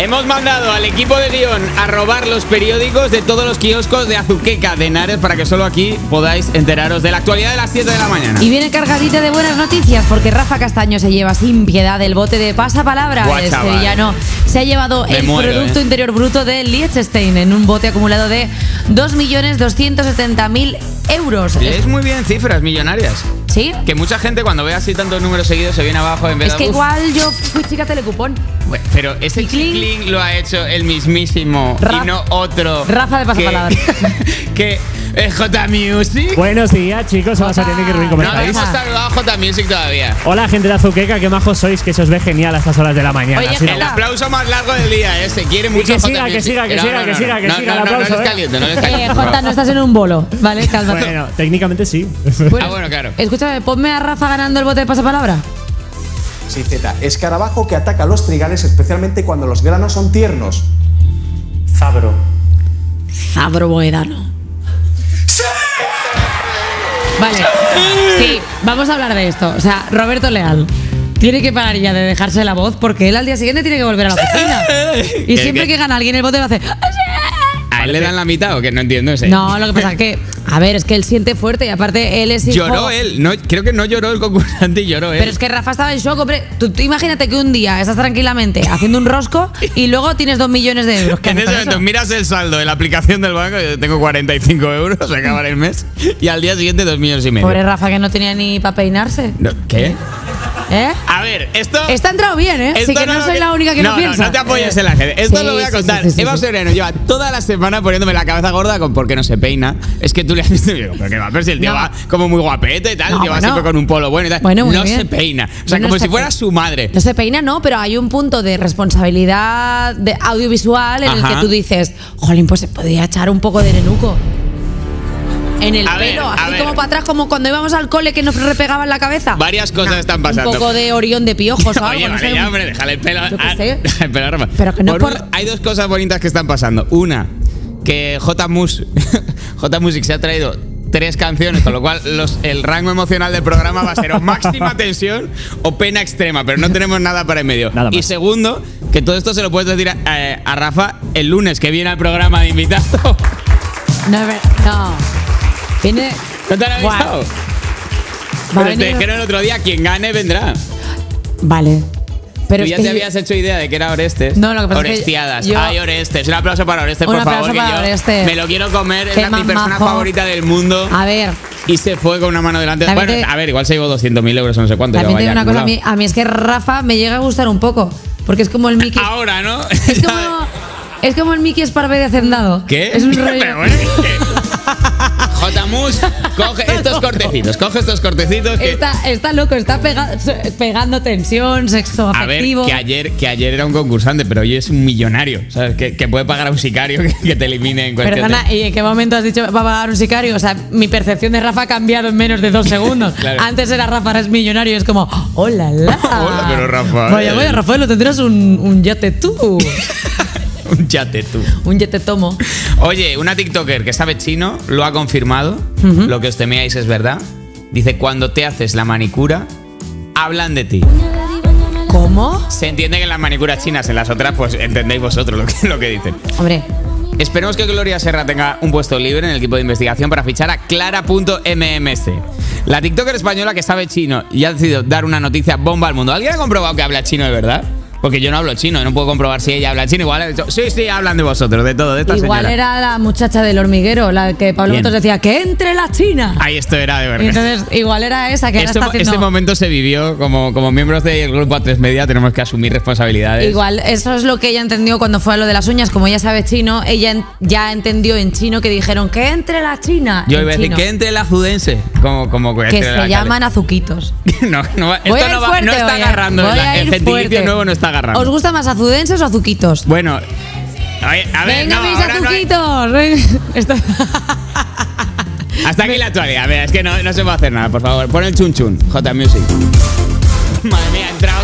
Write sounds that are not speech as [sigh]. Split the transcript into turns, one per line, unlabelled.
Hemos mandado al equipo de guión a robar los periódicos de todos los kioscos de Azuqueca de Henares para que solo aquí podáis enteraros de la actualidad de las 7 de la mañana.
Y viene cargadita de buenas noticias porque Rafa Castaño se lleva sin piedad el bote de pasapalabra
Buah,
del
chaval.
sevillano. Se ha llevado
Me
el
muero,
Producto
eh.
Interior Bruto de Liechtenstein en un bote acumulado de 2.270.000 euros.
Es muy bien cifras millonarias.
¿Sí?
Que mucha gente cuando ve así tantos números seguidos se viene abajo en vez
Es
de...
que
"Uf".
igual yo fui chica telecupón.
Bueno, Pero ese
Y clink.
clink lo ha hecho el mismísimo
Ra-
y no otro.
Rafa de pasapalabra.
[laughs] Que, que es J Music.
Buenos días, chicos. Vamos a tener que ruin, ¿cómo
no
estáis?
hemos
Rafa.
saludado a J Music todavía.
Hola, gente de Azuqueca, qué majos sois, que se os ve genial a estas horas de la mañana.
Oye,
Sí,
Jota.
El aplauso más largo del día, eh. Se quiere mucho
que
J
siga, que
Music.
siga, que
No,
siga,
no,
que
no,
siga,
no,
que
no,
siga el
no, No,
aplauso,
les
eh.
caliente, no les
Eh,
caliente.
Jota, no estás en un bolo, ¿vale?
¿no?
Cálmate.
Bueno, técnicamente sí.
Pues-
Ah, bueno, claro.
Escúchame, ponme a Rafa ganando el bote de pasapalabra.
Sí, Zeta, escarabajo que ataca los trigales especialmente cuando los granos son tiernos.
Zabro.
Zabro Boedano. Vale, sí, vamos a hablar de esto. O sea, Roberto Leal tiene que parar ya de dejarse la voz porque él al día siguiente tiene que volver a la
[laughs]
oficina. Y
¿Qué-
siempre
qué?
que gana alguien el bote va a hacer.
¿A él le dan la mitad o que No entiendo ese.
No, lo que pasa es que, a ver, es que él siente fuerte y aparte él es hijo.
Lloró él. No, creo que no lloró el concursante y lloró él.
Pero es que Rafa estaba en shock, hombre. Tú, tú imagínate que un día estás tranquilamente haciendo un rosco y luego tienes dos millones de
[laughs]
euros. ¿Qué
en
haces
ese
con
momento
eso?
miras el saldo de la aplicación del banco, yo tengo 45 euros, [laughs] se acabar el mes, y al día siguiente dos millones y medio.
Pobre Rafa que no tenía ni para peinarse.
No, ¿Qué?
¿Eh?
A ver, esto...
Está entrado bien, ¿eh? Así
Esto
que no,
lo
soy
que-
la única que no,
no,
piensa.
No, no te apoyes en la gente. Esto
Sí,
lo voy a
sí,
contar.
sí, sí, sí,
Eva
sí.
Soriano lleva toda la semana poniéndome la cabeza gorda con por qué no se peina. Es que tú le has visto y digo, pero qué va, pero si el tío
No.
va como muy guapete y tal,
No,
lleva
bueno.
siempre con un polo bueno y tal.
Bueno, muy
no
bien.
se peina. O sea,
Bueno,
como
está
si fuera
bien.
su madre.
No se peina, no, pero hay un punto de responsabilidad de audiovisual en el
Ajá.
que tú dices, jolín, pues se podría echar un poco de nenuco. En el
A ver,
pelo,
a
así
ver.
como para atrás, como cuando íbamos al cole que nos repegaban la cabeza.
Varias cosas están pasando.
Un poco de orión de piojos
[laughs]
o algo.
Oye,
no
vale,
sé,
ya,
un-
hombre, déjale el pelo.
Yo qué
ah,
sé.
el pelo a Rafa.
Pero que no
Por un-
por-
Hay dos cosas bonitas que están pasando. Una, que J Mus, [laughs] J Music se ha traído tres canciones, con lo cual los- el rango emocional del programa va a ser o
[laughs]
máxima tensión o pena extrema, pero no tenemos nada para en medio.
Nada
y
más.
segundo, que todo esto se lo puedes decir a, eh, a- a Rafa el lunes que viene al programa de invitado. [laughs]
No, es ver- no. Viene.
¿No te han
Buah,
avisado?
va a
Pero te
venir-
dijeron el otro día, quien gane vendrá.
Vale. Pero
Tú
es
ya
que
te
yo-
habías hecho idea de que era Orestes.
No, lo que pasa es que
Orestiadas.
yo-
Ay, Orestes. Un aplauso para Orestes,
Un
por
aplauso
favor. que
para
yo
Orestes.
Me lo quiero comer. Es
Qué
la- mi
más
persona
majo.
favorita del mundo.
A ver,
Y se fue con una mano delante.
También
bueno,
te-
a ver, igual se llevó 200.000 euros o no sé cuánto.
también te digo
llevaba ya
una cosa. A mí,
acumulado.
a mí es que Rafa me llega a gustar un poco. Porque es como el
[laughs]
Mickey.
Ahora, ¿no? [laughs]
Es como, es como el Mickey Sparve de Hacendado.
¿Qué? [laughs]
Es un rollo.
Pero bueno, ¿qué? Jotamus, coge estos cortecitos. Coge estos cortecitos que...
Está, está loco, está pega- pegando tensión, sexo
A ver,
afectivo.
que ayer, que ayer era un concursante, pero hoy es un millonario, ¿sabes? Que, que puede pagar a un sicario [laughs] que, Pues que te elimine en cualquier
Perdona, ¿y en qué momento has dicho va a pagar un sicario? O sea, mi percepción de Rafa ha cambiado en
[laughs]
menos de dos segundos.
Claro.
Antes era Rafa, ahora es millonario y es como, hola, la.
[laughs] Hola, pero Rafa,
Vaya,
eh.
vaya, Rafael, tendrás un, un yate tú.
Un chate tú.
un yate tomo.
[laughs] Oye, una TikToker que sabe chino lo ha confirmado. Lo que os temíais es verdad. Dice, cuando te haces la manicura, hablan de ti.
¿Cómo?
Se entiende que en las manicuras chinas, en las otras, pues entendéis vosotros lo que, lo que dicen.
Hombre,
Esperemos que Gloria Serra tenga un puesto libre en el equipo de investigación para fichar a Clara.mmc. La TikToker española que sabe chino y ha decidido dar una noticia bomba al mundo. ¿Alguien ha comprobado que habla chino de verdad? Porque yo no hablo chino, no puedo comprobar si ella habla chino. Igual ha dicho, sí, sí, hablan de vosotros, de todo, de esta
igual
señora".
era la muchacha del hormiguero, la que Pablo
Bien.
Motos decía, que entre la China.
Ahí esto era de verdad.
Y entonces, igual era esa que ahora
Este
está
mo-
haciendo.
este momento se vivió como, como miembros del grupo A3 Media, tenemos que asumir responsabilidades.
Igual, eso es lo que ella entendió cuando fue a lo de las uñas. Como ella sabe chino, ella en- ya entendió en chino que dijeron que entre la China.
Yo
en
iba a decir
chino,
que entre el azudense, como, como
que
entre la
se
calle. [laughs]
llaman azuquitos.
No, no va- esto
Voy a ir
no, va-
fuerte
no está
hoy, ¿eh?
agarrando,
Voy
el-
a
el
ir
gentilicio
fuerte.
nuevo no está agarrando.
¿Os gusta más azudenses o azuquitos?
Bueno, a ver, a ver,
Venga,
no,
mis
ahora no hay-
azuquitos. venga. [laughs] Esto-
Hasta aquí la actualidad, a ver, es que no, no se puede hacer nada, por favor. Pon el chun chun, J Music. [laughs] Madre mía, ha entrado